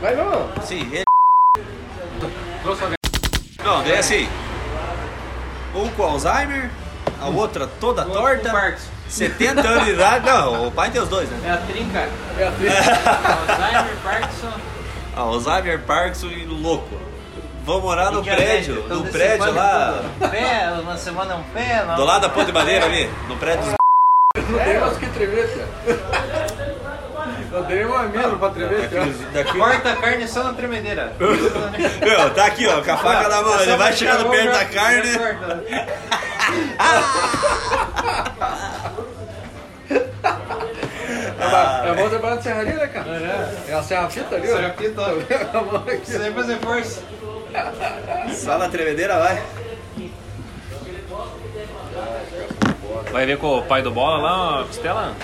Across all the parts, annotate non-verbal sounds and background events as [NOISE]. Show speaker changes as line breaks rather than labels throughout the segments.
Vai não.
né, Sim, ele.
Trouxe alguém.
Não, daí assim. Um com Alzheimer, a outra toda
Outro
torta.
com Parkinson.
70 anos de idade. Não, o pai tem os dois, né?
É a
[LAUGHS]
trinca.
É a treta.
Alzheimer, Parkinson.
Alzheimer, Parkinson e louco. Vão morar no
Diabetes,
prédio,
então,
no
de
prédio
semana
lá,
é tudo. Pé, uma semana é um pé, uma
do lado da ponte de madeira ali, no prédio
[LAUGHS]
dos
Não tem mais que tremer, cara. Não tem um amigo pra tremer, cara.
Daqueles- daqui-
Corta a carne é só na
[LAUGHS]
tremedeira.
Meu, tá aqui, ó, com a faca na mão, ele vai chegando perto da
né,
carne.
Corta.
É bom trabalhar de serraria, né, cara? É a serra fita ali, ó.
Serra fita,
A mão aqui.
Isso aí fazer força.
Só na tremedeira vai.
Vai ver com o pai do bola lá, ó, Costela?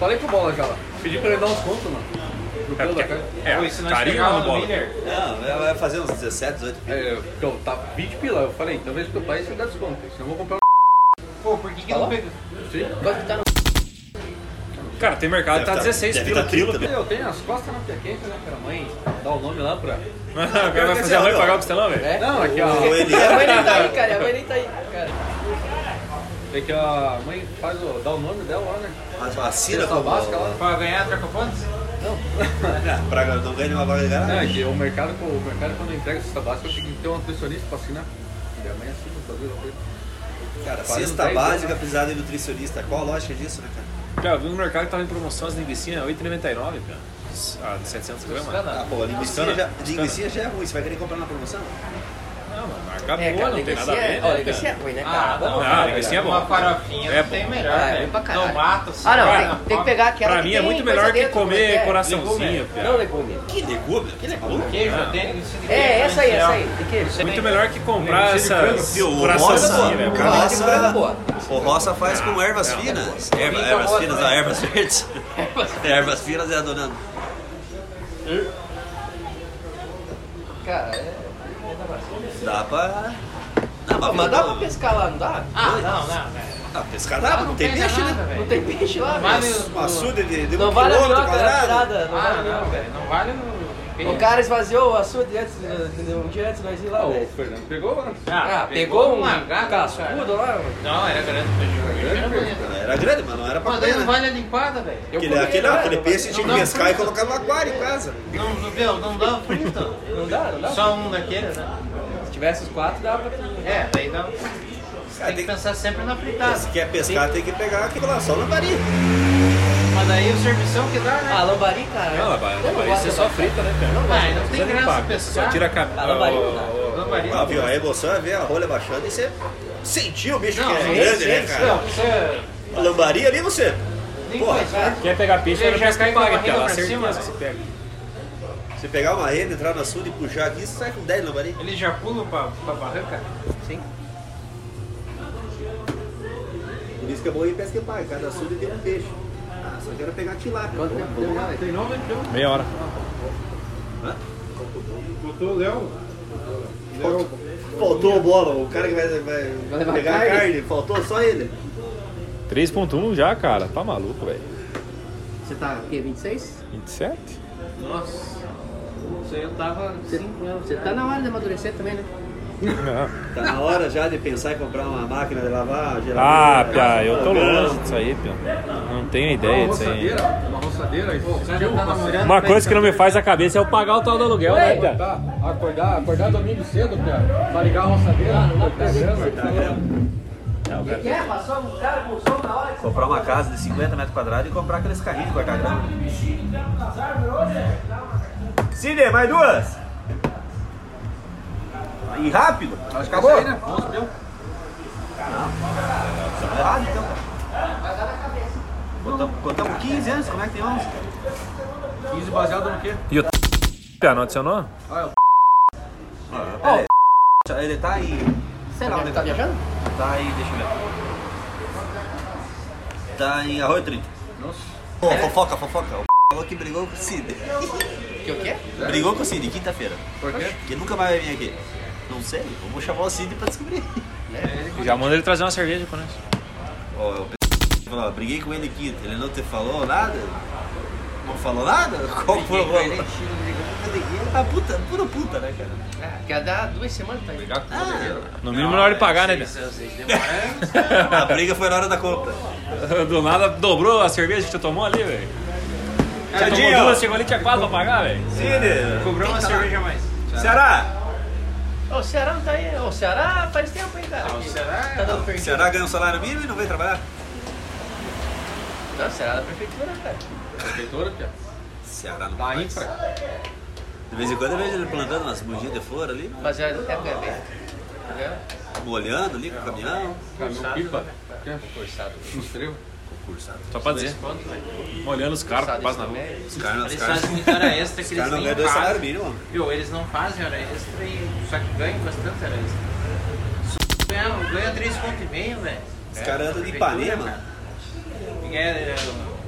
Falei pro Bola já lá. Pedi pra ele dar uns contos, mano. Do
É,
pelo da cara.
Pô,
é,
e se nós
carinho
pegar
lá
lá
no
no
bola.
Miller?
Não, vai fazer uns 17, 18 mil.
É, então, tá 20 pila. Eu falei, talvez teu pai você dá desconto. Senão eu vou comprar
Pô, por que que não pega?
um sim. Vai ficar no...
Cara, tem mercado que tá 16
deve
pila.
tá
quilo.
30, né?
Eu tenho as costas na pia quente, né, cara? Mãe, dá o nome lá pra...
[LAUGHS] O cara vai fazer a mãe pagar o costelão, velho?
Não, é que a...
O Eli-
[LAUGHS] A mãe nem tá aí, cara. A mãe nem tá aí, cara.
É que a mãe faz o... dá o nome dela lá, né?
Assina
Cesta
como.
básica lá.
Pra ganhar troca pontos?
Não, pra não ganhar uma vaga de
Não,
garagem.
é que o mercado, o mercado quando entrega cesta básica, eu tenho que ter um nutricionista pra assinar. Minha mãe é assim, assina, fazer uma coisa.
Cara,
Quase
cesta
10
básica precisada de nutricionista. Qual a lógica disso, né, cara?
Cara, eu vi no mercado que tava em promoção as linguiçinhas 8,99, cara. Ah, de 700 gramas.
Ah, pô, linguiça já, linguiça já é ruim. Você vai querer comprar na promoção?
Não, mano, marca
É,
boa,
cara,
não tem nada a
linguiça
ver,
é, ó,
né,
linguiça é
cara?
ruim, né, cara?
Ah, não.
Ah,
cara.
linguiça é bom.
Uma farofinha
É
não tem
bom.
melhor,
Ah, é
velho.
pra caralho.
Tomato,
Ah, não,
cebola,
tem, tem que pegar aquela
Pra
que
mim é
tem
muito
coisa
melhor que
dentro, como é
comer
é?
coraçãozinho,
Legume.
Não é
cara.
legume.
Que legume? Que legume?
Queijo, tem linguiça de queijo.
É, essa aí, essa aí.
né?
De queijo.
Muito melhor que comprar
Linguiça de
essas
Viu, o
coraçãozinho,
Roça, é
velho.
o
cara.
Carne boa.
Roça, o Roça faz com ervas finas. Erva,
Vinho
ervas
roça,
finas,
né?
não, ervas verdes. ervas finas é a dona.
Cara, é. é da vacina.
Dá pra. Não,
Pô, mas dá pra
pescar.
pescar lá, não dá?
Ah, não, não, velho.
Ah, pescar dá, não, tem
pega
peixe,
nada,
né?
Não
velho.
tem peixe lá,
Vale
velho.
Um açude de, de um
Não vale a
quilômetro
minhoca da
quadrado.
estrada, não
Ah,
vale a
não,
minhoca.
velho. Não vale o peixe.
O cara esvaziou o açude antes, entendeu? Um dia antes nós ir lá,
Ah, o
velho.
Fernando pegou, né?
Ah, pegou um
lagarto, cara.
cascudo lá, mano.
Não, era grande. Era bonito.
Era grande, mas não era pra
Mas daí
comer,
não
né?
vale a limpada, velho.
Aquele, aquele,
né?
aquele peixe tinha que
Não,
pescar e
não.
colocar no aquário em casa.
Não, não, deu, não dá frito.
Não dá, não dá.
Só um daquele, né?
Se tivesse os quatro, dava pra tudo.
É, daí dá. Você tem que
tem-
pensar sempre na fritada.
Se quer pescar, tem que pegar aquilo lá, só lambaria.
Mas daí o serviço que dá,
Ah,
né?
lambari, cara.
Não, mas
Eu não
mas
gosto
isso é
de
só
lambari.
frita, né, cara?
Não, vai, Ah, não tem
precisa
graça
limpar,
pescar.
Só tira a cabeça.
Ah, lambari não dá.
Lambarina.
Ah, viu? A emoção é ver a rolha baixando e você sentiu o bicho
Não,
que é
sim,
grande,
sim,
né,
Não, é-
cara?
você
A lambaria ali você.
nem
Porra.
coisa.
Quer é pegar peixe,
Ele
vai
já
já
cai
que
com a
paga,
barriga
cara. Lá
pra cima,
certeza que
né?
você pega.
Se pegar uma rede, entrar no açude e puxar aqui, você sai com 10 lambaria.
Ele já pula pra, pra barranca?
Sim.
Por isso que é bom ir pesca e paga. Cada açude tem um peixe. Ah, só quero pegar tilápia.
Quanto tempo deu lá, velho?
né?
Meia hora.
Faltou- Faltou o bola, o cara que vai, vai
levar
pegar a
carne.
carne, faltou só ele.
3.1 já, cara. Tá maluco, velho.
Você tá o quê? 26?
27?
Nossa. Isso aí eu tava 5 anos.
Você tá na hora de amadurecer também, né?
Não.
Tá na hora já de pensar em comprar uma máquina de lavar, geladeira.
Ah, Pia, eu tô
fogão.
longe disso aí, Pia. Não tenho
Uma
ideia disso aí.
roçadeira? Uma roçadeira? O cara
tá namorando.
Uma coisa que não me faz a cabeça é eu pagar o tal do aluguel, né, cara?
Tá, Acordar, acordar domingo cedo, cara. Pra ligar a roçadeira.
O que é? Passou um cara com som na hora que
Comprar uma casa de 50 metros quadrados e comprar aqueles carrinhos de cortar grama. Cine, mais duas! E rápido! Acho que acabou!
né? Nossa, deu.
Errado então. Contamos- Contamos 15 anos, como é que tem 11?
15 baseado no quê?
E o Pia, não adicionou?
Ah,
Ah, pera aí. Ele tá aí.
você não tá viajando?
Tá aí, deixa eu ver. Tá em Arroio 30. Nossa. Pô, fofoca, fofoca. O [LAUGHS] falou que brigou com o Cid.
Que o quê?
Brigou com o Cid quinta-feira.
por quê?
Que nunca mais vai vir aqui. Não sei, eu vou chamar o Cid pra descobrir. [LAUGHS]
Já manda ele trazer uma cerveja pra nós.
Ó, eu pensei, [LAUGHS] falou, ó, briguei com ele quinta, ele não te falou nada? [LAUGHS] Não falou nada? Qual foi o
Ele tira, ele-
Neguinho tá puta, pura puta, né, cara?
É, quer dar duas semanas, tá aí.
Brigar com o Madureira.
No mínimo na hora de pagar, né,
Vocês- vocês
[LAUGHS]
demoraram.
A briga foi na hora da conta.
Bia? [LAUGHS] Do nada dobrou a cerveja que tu tomou ali, velho. Você tomou
Tadinho.
duas, chegou ali, tinha quatro pra pagar, velho.
Cine!
Cobrou uma cerveja a mais.
tá Ceará!
Ô, o Ceará não tá aí. Ô, o Ceará faz tempo, hein, cara.
Ah, o Ceará-
Tá dando perdido.
Ceará ganha um salário mínimo e não vem trabalhar?
Não, o Ceará é da prefeitura, cara.
Prefeitura, Pia.
Ceará não
Da
pode.
infra.
De vez em quando eu vejo ele plantando umas mudinhas de flor ali,
Mas é da época dele. Entendeu?
molhando ali com o caminhão.
Caminhão pipa. Pia,
Forçado.
Nos trevos.
Concursado.
Só pra dizer.
Quanto, velho?
Olhando os caras,
Forçado
passa
isso
na rua.
também.
Os caras os
Eles
caras-
fazem muita hora extra
os
que
caras
eles
não
nem
ganham dois salários
fazem.
mínimos, mano.
Viu, eles não fazem hora extra e só que ganham bastante hora extra. Só Ganha, ganha 3 pontos e meio, velho. É
Os caras andam de
prefeitura,
Ipanema.
cara. É, é,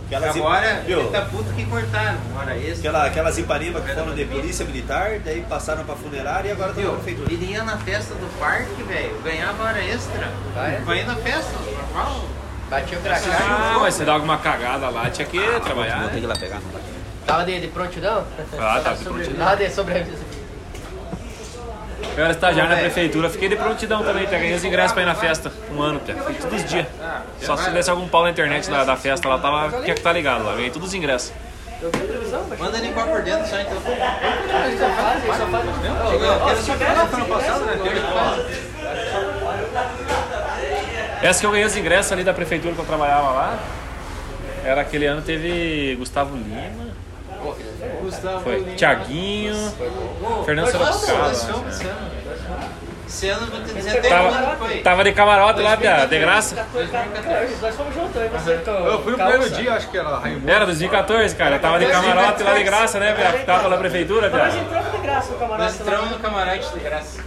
Aquelas-
agora,
viu?
ele tá puto que cortaram hora extra.
Aquela, aquelas Ipanema que foram de polícia militar, daí passaram pra funerária e agora estão na
Viu,
prefeitura.
ele ia na festa do parque, velho, ganhava hora extra.
Ah, é?
Vai na festa, normal. Tá
Bateu o crachá.
Ah, mas se dá alguma cagada lá, tinha que trabalhar. né?
que ir lá pegar, não vai.
Tava de, de prontidão?
Ah, tava de prontidão.
Tava de sobreaviso.
Eu era estagiário na prefeitura, fiquei de prontidão também, pia. Ganhei os ingressos pra ir na festa. Um ano, pia. Fui todos os dias. Só se desse algum pau na internet da, da festa lá, tava, tinha que tá ligado lá. Ganhei todos os ingressos.
Eu vi a televisão, mas...
Manda limpar por dentro só então.
Eles só fazem, eles só fazem... Ô,
Chegou
ô,
a
ô,
festa
só
de
quero-
ano passado, né? Teve uma-
Essa que eu ganhei os ingressos ali da prefeitura que eu trabalhava lá. Era aquele ano teve Gustavo Lima,
Gustavo
foi
Lima.
Tiaguinho, Fernando
Nós
Sorocaba.
fomos
né?
esse ano. Esse ano eu vou te dizer até quando
Tava,
foi.
tava de camarote lá, Bia, de graça.
Nós fomos juntos, aí você com
Eu fui o
calça.
primeiro dia, acho que era Raimundo.
Era 2014, cara. Tava de camarote lá de graça, né, Bia? Tava pela prefeitura,
Mas nós
Bia.
entramos de graça né? no camarote.
Nós entramos no camarote de graça.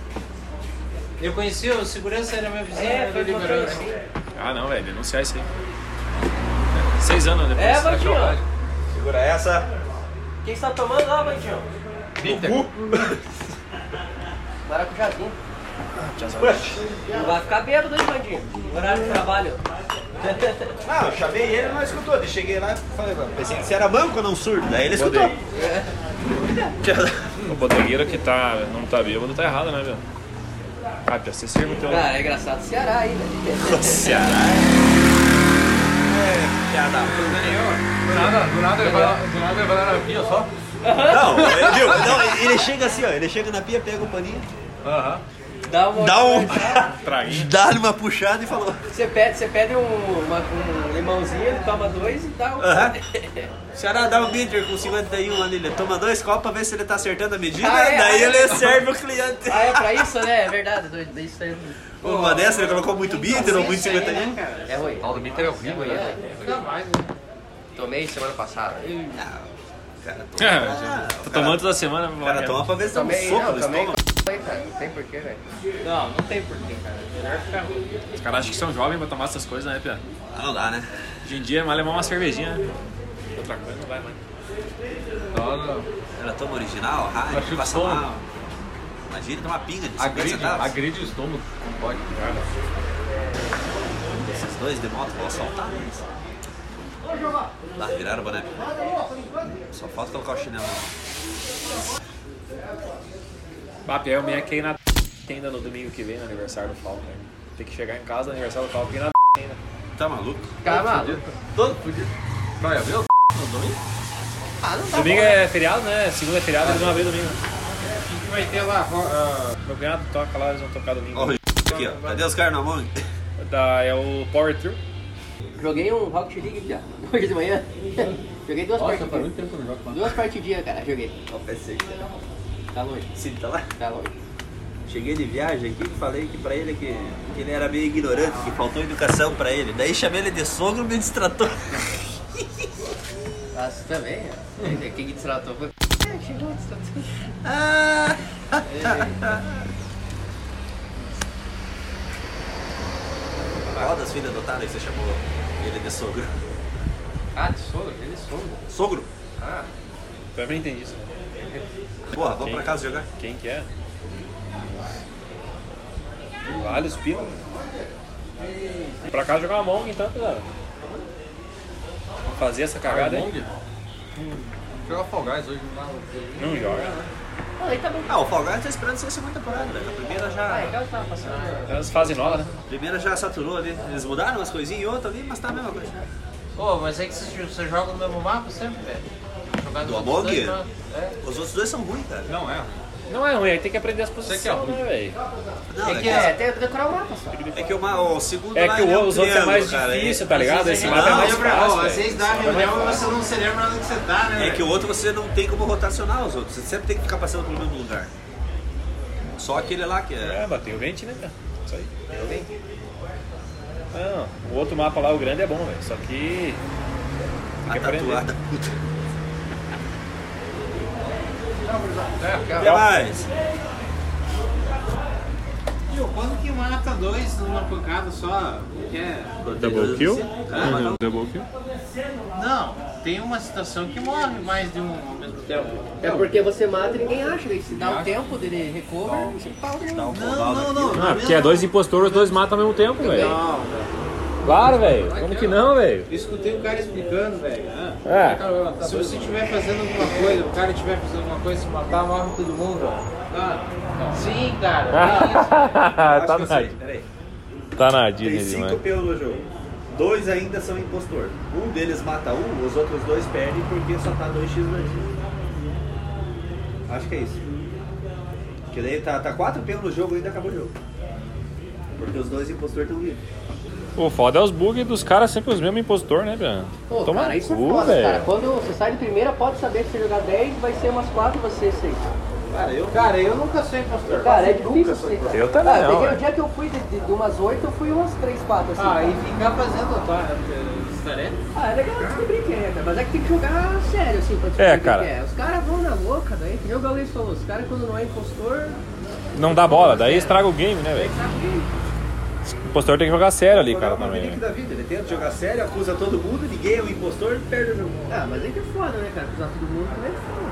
Eu conheci o segurança, era né? meu vizinho,
É,
ele
foi uma
liberou.
coisa assim.
Ah, não, velho, denunciar isso aí. Seis anos depois.
É, Bantinho.
Segura essa.
Quem está tomando lá, Bantinho?
Bitter.
Maracujazinho. Não vai ficar bêbado, hein, Bandinho? Horário de trabalho.
Não, Ah, eu chamei ele e não escutou. Daí cheguei lá e falei, mano, pensei que você era manco ou não surdo. Daí ele escutou.
Botei. O bodegueiro que tá, não tá bêbado tá errado, né, Bia? Ah, Bia, você serve o teu.
Cara, é engraçado o Ceará aí, né? velho.
Do nada, do nada ele vai lá- do nada ele vai lá na pia só.
[LAUGHS] Não, ele, viu? Não, ele- ele chega assim, ó. Ele chega na pia, pega o paninho,
Aham.
Dá uma né?
dá um. [LAUGHS]
Traguinho.
dá uma puxada e falou.
Você pede, você pede um, uma- um limãozinho, ele toma dois e dá um.
Aham. Ceará dá um bitter com 51 ali, ele toma dois copos pra ver se ele tá acertando a medida,
Ah, é?
daí ele serve o cliente.
[LAUGHS] Ah, é pra isso, né? É verdade. dois- dois- um. Isso aí
[LAUGHS] Uma dessa ele colocou muito bitter ou muito 51.
é ruim.
O tal do Bitter é horrível, né?
Tomei semana passada.
Ah, Tô tomando toda semana.
O cara toma pra ver se dá um
Tomei,
soco
não,
no
tomei.
estômago.
Aí, cara, Não tem porquê, velho.
Não, não tem porquê, cara. Melhor ficar ruim.
Os caras acham que são jovens pra tomar essas coisas, né, Pia?
Ah, não dá, né?
Hoje em dia é mais levar uma cervejinha. né? Outra coisa não vai mais.
Da hora.
Ela toma original,
Acho que
rádio, passa
toma.
mal. Imagina, toma pinga de tá? 50
Agride,
centavos.
agride o estômago. Não pode.
Esses dois de moto vão assaltar eles. Lá, viraram o boneco. Só falta colocar o chinelo.
Papi, eu me aquei na ainda no domingo que vem, no aniversário do Falco. né? Tem que chegar em casa no aniversário do Falco e ir na ainda.
Tá maluco?
Calma.
Fudido. Todo fudido. Praia, meu?
Ah, não dá
Domingo
bom.
é feriado, né? Segunda é feriado, eles vão abrir domingo.
O que vai ter lá? Ro- ah,
Meu cunhado toca lá, eles vão tocar domingo.
Ó, o aqui, ó. Cadê os caras na mão? [LAUGHS]
Da, é o Power Through.
Joguei um Rocket League já, [LAUGHS] hoje de manhã. Joguei duas
Nossa, faz
partidinhas.
muito tempo que eu não jogo com
Duas partidinhas, cara, joguei.
Ó, pensei que
Tá longe,
Sim, tá lá.
tá longe.
Cheguei de viagem aqui e falei que pra ele que, que ele era meio ignorante, que faltou educação pra ele. Daí chamei ele de sogro e me destratou.
Mas também, ó. quem que destratou foi... É, chegou, destratou.
Ah! Qual das filhas adotadas que você chamou ele de sogro?
Ah, de sogro, ele é sogro.
Sogro?
Também entendi isso.
Porra, vamos pra casa jogar.
Quem que é? Vários pila. Pra cá jogar uma
um,
Mong então, cara. Vamos fazer essa cagada aí.
Armong? Jogar Hum. Fall Guys hoje não dá. não.
Não joga. né?
Ah, ele tá bom.
Ah, o Fall Guys tá esperando ser a segunda temporada, velho. A primeira
Ah,
já,
então eu tava passando.
Elas fazem nova, né?
a primeira já saturou ali. Eles mudaram umas coisinhas e outra ali, mas tá a mesma coisa.
Ô, mas é que você, você joga no mesmo mapa sempre, velho? Jogar
Do
no
Among?
dois mapas. É.
Os outros dois são ruins, cara.
Não é.
Não é ruim, aí tem que aprender as posições,
Isso aqui é ruim.
né, velho?
Não,
É que é, tem que decorar o mapa só.
É que o ma- o segundo
É
lá,
que
ele
o,
um
os outros é mais
triângulo, cara.
difícil, tá
Ele-
ligado? Esse
Não,
mapa é mais
lembra-
Ó,
fácil,
vocês
velho.
dão a reunião
Mas
e você não se lembra onde é que você tá, né?
É que o outro você não tem como rotacionar os outros. Você sempre tem que ficar passando pelo mesmo lugar. Só aquele lá que é.
É, bateu o dente, né, cara? Isso aí. Não, o outro mapa lá, o grande, é bom, velho. Só que...
A
que aprender.
tatuada.
É, cara.
Até mais.
Tio, quando que mata dois numa pancada só? Que é...
Double kill? Uhum.
Ah, mas não-
Double kill?
Não, tem uma situação que morre mais de um ao mesmo tempo.
É porque você mata e ninguém acha, velho. Se dá o tempo dele recover, você pau.
Dá um
Não,
cordal
não,
daqui.
não.
Ah, porque é dois impostores, dois matam ao mesmo tempo, velho. Claro, velho. Como que não, velho?
Eu escutei o cara explicando, velho. Ah,
É.
cara, Se você estiver fazendo alguma coisa, o cara estiver fazendo alguma coisa, se matar, morre todo mundo, velho. Ah, Sim, cara.
Ah.
é
Acho
tá
que eu
na,
sei, peraí.
tá na
Tem
Disney
cinco
demais.
PO no jogo. Dois ainda são impostor. Um deles mata um, os outros dois perdem porque só tá 2x no Acho que é isso. Que daí tá, tá 4 PO no jogo e ainda acabou o jogo. Porque os dois impostores estão vivos.
O foda é os bugs dos caras sempre os mesmos impostor, né, Bian?
Pô,
Toma
cara, isso é
no cu,
foda, cara.
velho.
Quando você sai de primeira, pode saber que você jogar 10, vai ser umas 4, você 6.
Cara, eu.
isso. Cara, eu nunca sou impostor.
Cara, é difícil você.
Eu também
Ah,
não,
peguei
velho.
o dia que eu fui de, de, de umas 8, eu fui umas 3, 4, assim.
Ah, e ficar fazendo a tarefa.
Ah, tá, é legal descobrir quem é, cara. Mas é que tem que jogar sério, assim, pra descobrir
É, cara.
quem que é. Os caras vão na louca, daí, que nem o Gaules falou, os caras quando não é impostor, tá
Não dá bola, daí estraga o game, né, velho?
sabe que...
O impostor tem que jogar sério ali,
Ele
cara,
é o
também. né?
Nick da vida, ele tenta jogar sério, acusa todo mundo, ninguém é um impostor e perde o jogo.
Ah, mas é que é foda, né, cara? Acusar todo mundo também é foda.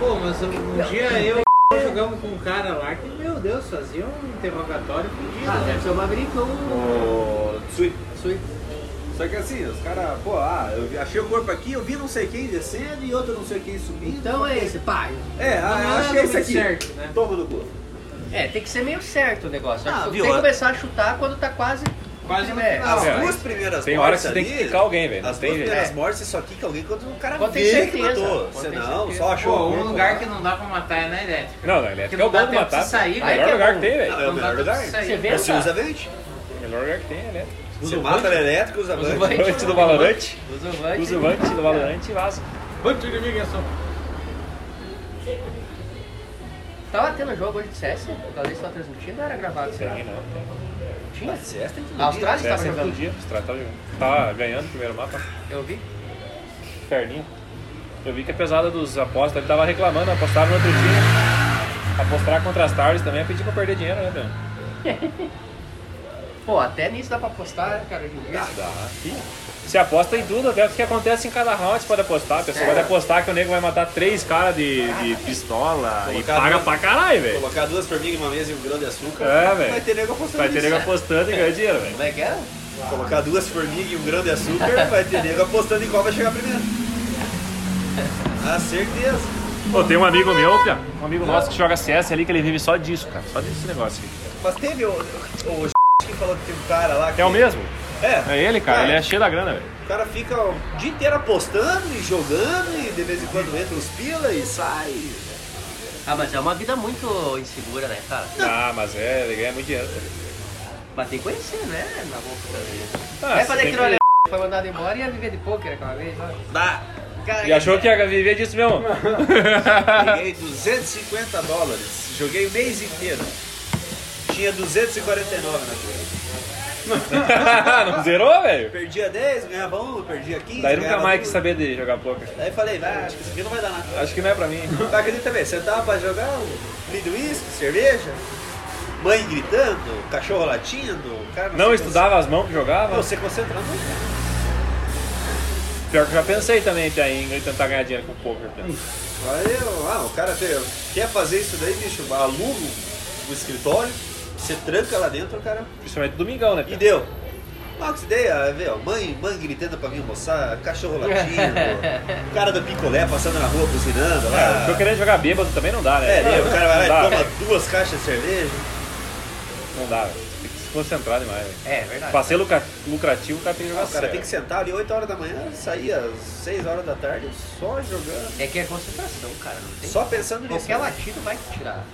Pô, mas um um dia eu e jogamos com um cara lá que, meu Deus, fazia um interrogatório fudido.
Ah, deve
né?
ser um magricão,
Ô, Tsui.
Sui.
Só que assim, os caras, pô, ah, eu vi- achei o corpo aqui, eu vi não sei quem descendo e outro não sei quem subindo.
Então é esse, pai.
É, ah, [LAUGHS] eu
Não era
achei isso
muito
aqui.
certo, né?
Toma no cu.
É, tem que ser meio certo o negócio.
Ah,
Só
viu,
tem que
ó.
começar a chutar quando tá quase.
Quase no
É,
final.
As
É,
duas primeiras
tem hora que
mortes
você tem que
ali,
picar alguém, velho, não
As
tem
duas
jeito.
primeiras mortes, você só quica alguém quando o cara
Quando tem
vê que
certeza,
matou.
quando
Você
tem
não,
certeza.
só achou
Pô, um
alguém,
lugar
pô.
que não dá pra matar é na elétrica.
Não, ele
Que
é
não
o bom
dá
de
tempo
matar.
de sair,
o
velho,
melhor
que é
lugar
bom.
que um tem, velho.
Não, é o melhor lugar.
Você vê,
Você usa
cara?
vente.
O melhor lugar que tem é elétrico.
Você mata elétrico, usa vente.
Vante do Valorante.
Usa o Vant.
Usa o Vante do Valorante e vaza.
Quanto inimigo em ação.
Tava tendo jogo hoje de CS, o Galês tava transmitindo ou era gravado? Será?
Tem, não.
Tinha?
Essa tem que
A Austrália
Essa
tava
é todo
jogando.
dia. Os caras tá jogando. Tá ganhando o primeiro mapa.
Eu vi.
Inferninho. Eu vi que a pesada dos apostas ele tava reclamando, apostava no outro dia. Apostar contra as stars também é pedir pra perder dinheiro, né, velho?
Pô, até nisso dá pra apostar, né, cara? hoje em dia?
Você aposta em tudo, até o que acontece em cada round você pode apostar. A pessoa pode apostar que o nego vai matar três caras de, de pistola e
Colocar
paga
duas-
pra caralho, velho.
Colocar duas formigas em uma mesa e um grão de açúcar.
É, velho.
Vai ter nego apostando
Vai ter
nisso. né?
nego apostando e ganha dinheiro, velho.
Como é que é?
Colocar duas formigas e um grão de açúcar, vai ter nego apostando em qual vai chegar
[LAUGHS]
primeiro. A certeza.
Pô, tem um amigo meu, pia, um
É.
amigo nosso que joga CS ali, que ele vive só disso, cara. Só desse negócio aqui.
Mas teve o, o, [LAUGHS] que falou que tem um cara lá que.
É o mesmo?
É,
É ele, cara. Ele é cheio da grana, velho.
o cara fica o dia inteiro apostando e jogando e de vez em quando entra os pila e sai.
Ah, mas é uma vida muito insegura, né, cara?
Ah, mas é, ele ganha muito dinheiro.
Mas tem que conhecer, né? Na boca da vida.
Ah,
é
você
fazer
tem
aquilo
que-
olha. Foi mandado embora e ia viver de pôquer aquela vez, ó.
Dá.
Cara,
E achou que ia viver disso mesmo?
Peguei 250 dólares. Joguei o mês inteiro. Tinha 249 na conta.
[LAUGHS] não zerou, velho?
Perdia 10, ganhava 1, perdia 15.
Daí nunca
ganhava
mais quis
duas.
saber de jogar poker.
Daí falei, vai, acho que isso aqui não vai dar nada.
Acho que não é pra mim.
Tá acredita também, sentava pra jogar, um litro de uísque, cerveja, mãe gritando, cachorro latindo, o cara
Não
se
estudava as mãos que
concentra- Não,
jogava?
se concentrando.
Pior que eu já pensei também Pia, em tentar ganhar dinheiro com poker. Pia.
Valeu, ah, o cara tem- quer fazer isso daí, bicho, aluga o escritório, você tranca lá dentro, o cara.
Principalmente domingão, né?
E
Pia?
deu. Max ideia, vê, ó, mãe, mãe gritando pra mim almoçar, cachorro
[LAUGHS]
latindo, o cara do picolé passando na rua buzinando
É,
lá.
o eu querendo jogar bêbado também não dá, né?
É, né, o cara vai lá
não
e
dá,
toma duas caixas de cerveja. então,
não dá, velho. Tem que se concentrar demais, velho.
É, verdade.
Pra ser lucra- lucrativo, o cara tem que jogar
Ah, o cara
sério.
tem que sentar ali 8 horas da manhã, sair às 6 horas da tarde só jogando,
É que é concentração, cara. Não tem
só pensando nisso. né?
Qualquer latido vai te tirar.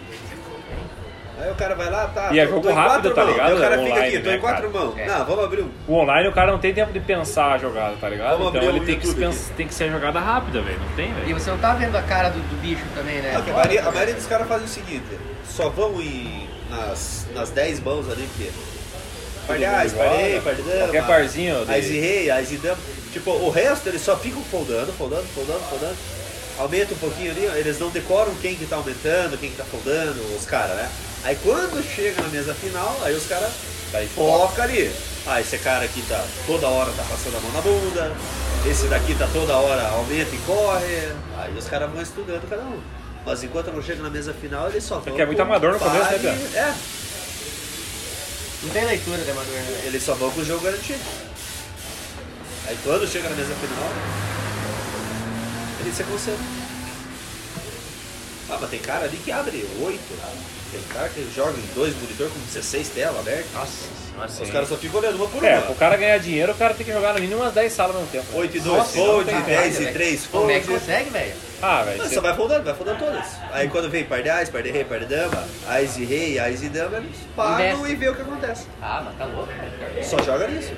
Aí o cara vai lá, tá.
E é
tô-
jogo
tô em
rápido,
quatro
tá
mãos.
ligado?
Aí o cara fica
Online,
aqui, tô
né,
em quatro
cara?
mãos.
É.
Não, vamos abrir um.
O online o cara não tem tempo de pensar a jogada, tá ligado?
Vamos
então
abrir
ele
o
tem que,
YouTube
pens- tem que ser a jogada rápida, velho. Não tem,
E
velho.
você não tá vendo a cara do, do bicho também,
É,
né?
Não, Ah, que a, maioria, a maioria dos caras fazem o seguinte: só vão em, nas, nas 10 mãos ali, porque. Pardeais,
mundo
pardei,
joga.
pardama.
Qualquer parzinho de-
As rei, as idama. Tipo, o resto eles só ficam foldando, foldando, foldando, foldando. Aumenta um pouquinho ali, ó, eles não decoram quem que tá aumentando, quem que tá foldando, os caras, né? Aí quando chega na mesa final, aí os caras
Tá aí,
foca ali. Ah, esse cara aqui tá toda hora tá passando a mão na bunda, esse daqui tá toda hora aumenta e corre. Aí os caras vão estudando cada um. Mas enquanto não chega na mesa final, eles só vão.
que é muito
com
amador no começo, né,
base-
Pedro?
É,
Não tem leitura da amador, né?
eles só vão com o jogo garantido. Aí quando chega na mesa final, eles se concentram. Ah, mas tem cara ali que abre oito. né? Tem cara que joga em dois monitor com 16 telas abertas.
Nossa senhora.
Os caras só ficam olhando uma por uma.
É, pro cara ganhar dinheiro, o cara tem que jogar no mínimo umas 10 salas ao mesmo tempo. né?
8 e 2
Nossa, não
fold,
tem
10 e
Ah, velho.
3
Como é
fold.
que consegue, velho?
Ah, velho.
Não,
você-
só vai foldando, vai foldando todas. Aí quando vem par de ás, par de rei, par de dama, ás e rei, ás e dama, eles pagam
Investe.
e vê o que acontece.
Ah, mas tá louco, velho.
Só joga nisso.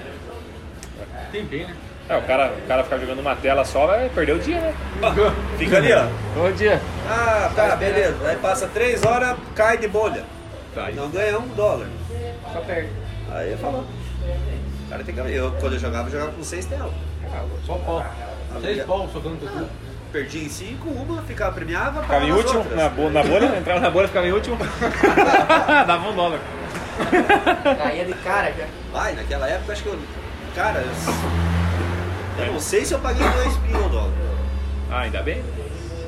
Tem bem, né?
É, o cara, o cara ficar jogando uma tela só vai perder o dia, né?
Fica ali, ó.
Bom dia.
Ah, tá, beleza. Aí passa 3 horas, cai de bolha.
Tá aí.
Não ganha um dólar.
Só perde.
Aí falou. O cara tem que... Eu, quando eu jogava, eu jogava com 6 telas.
Só pau. Seis pau socando tudo.
Perdi em 5, uma, ficava premiava,
Ficava em
pagava as
último,
outras.
né? na, bo- na bolha, [LAUGHS] entrava na bolha, ficava em último. Dava um dólar.
Caía de cara já.
Vai, naquela época acho que eu. Cara, eu, eu não sei se eu paguei dois pila o dólar.
Ah, ainda bem.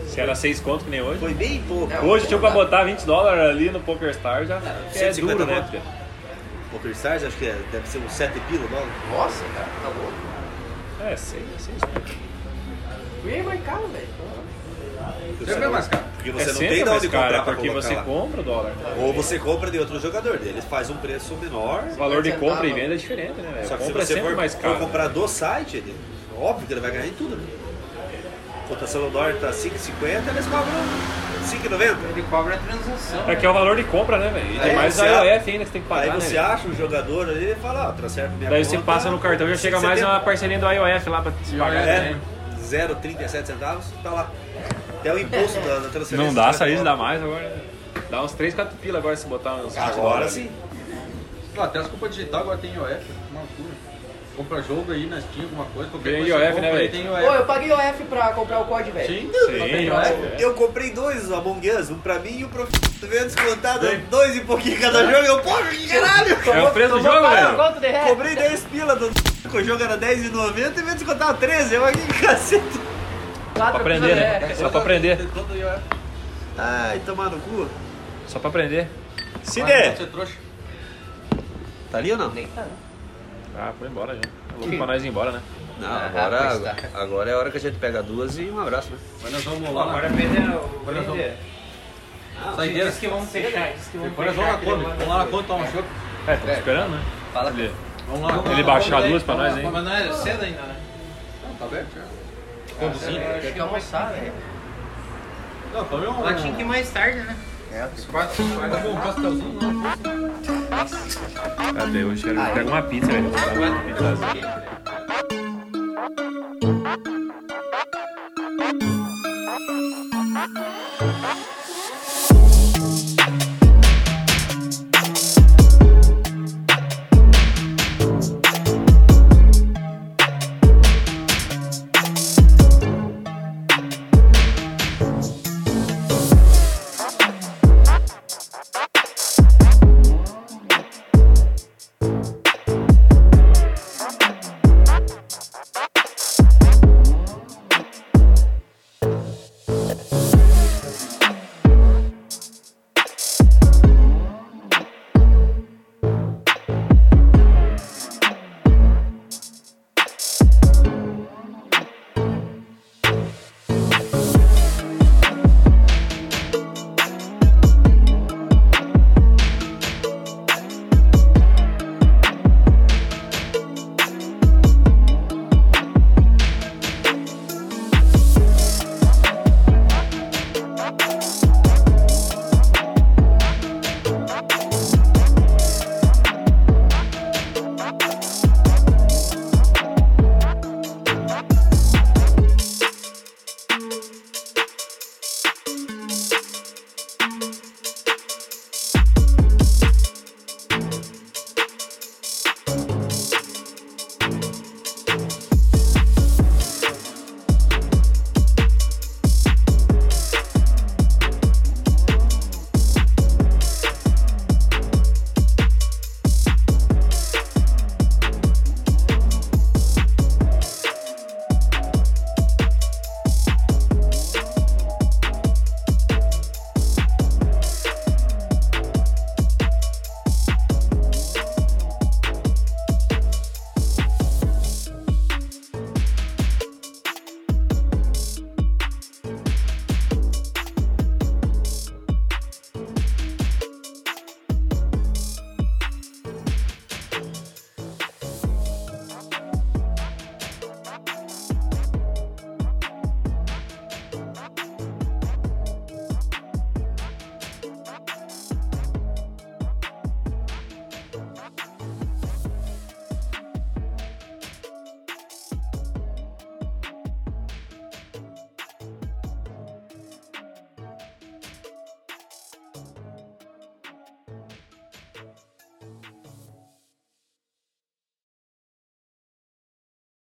Se era 6 conto que nem hoje.
Foi bem pouco.
Não.
Hoje, tipo, pra botar 20 dólares ali no PokerStar já é
150
duro, né?
conto.
filho?
O Stars acho que é- deve ser uns 7 pila o dólar.
Nossa, cara, tá louco.
É, 6, 6
Ih, mas calma, velho.
Porque
Sempre é
não-
mais caro.
Porque
É
você não tem
sempre
de
mais
onde
caro,
comprar pra
porque
colocar
você
lá.
compra o dólar.
Ou você compra de outro jogador, daí eles fazem um preço menor.
O valor de
Você
compra e
tava-
venda é diferente, né? velho?
Só que se
compra é
você
sempre
for,
mais
for
caro.
comprar do site, ele- óbvio que ele vai ganhar em tudo. Né? A cotação do dólar tá 5,50, eles cobram 5,90.
Ele cobra a transação.
É que é o valor de compra, né, velho? E
Aí
tem mais
você
a
acha-
IOF ainda que você tem que pagar,
Aí
né?
você
velho?
acha um jogador ali e fala, ó, transfere pra minha
Daí você
conta,
passa no cartão e já chega
você
mais
tem-
uma parcelinha do IOF lá pra te pagar. né?
É.
É, 0,37 centavos, tá lá. Até o imposto da, da transferência.
Não dá,
Você
sair
vai
dá mais agora. né? Dá uns 3, 4 pila agora se botar uns
colocar. Agora sim.
Ah, até as compras digital agora tem IOF, né? uma loucura. Compra jogo aí na Steam, alguma coisa, qualquer
Tem
coisa. você
IOF,
compra
né,
aí,
velho?
Tem
Pô,
IOF.
eu paguei o F pra comprar o código, velho.
Sim,
Sim,
Não tem
é.
Eu comprei dois Among Us, um pra mim e um pro Tu veio descontado, dois e pouquinho cada jogo. Eu, porra, que caralho!
É o preço do jogo,
Paga
velho.
quanto de reais?
Cobrei 10 pila do [LAUGHS] o jogo era 10,90 e veio descontar 13. Eu aqui, [LAUGHS] cacete.
Quatro
Pra aprender,
pila de
né?
reais.
Só pra aprender.
Tem todo IOF.
Ai, tomar no cu.
Só pra aprender.
Vai,
Cide!
Você trouxa.
Tá ali ou não?
Nem tá, né?
Ah, foi embora já. É louco pra nós ir embora, né?
Não,
agora-
agora é a hora que a gente pega duas e um abraço, né?
Mas nós vamos lá.
Agora
Agora é
aprender.
Saideira.
Diz que vamos fechar. Diz que vamos
é
né? Depois nós vamos
fechar.
na
que
Kombi.
demora.
Vamos lá
né?
na Kombi tomar um chopp.
É, estamos esperando, né?
Fala.
Ele,
Vamos lá.
ele baixou a luz pra nós, hein?
Mas não é cedo ainda, né?
Não, tá aberto já.
Eu acho que é almoçar, velho.
Não, tomei um.
Ela tinha que ir mais tarde, né?
Quase, quase. Um pastelzinho, não.
Cadê? Eu quero pegar uma pizza, velho.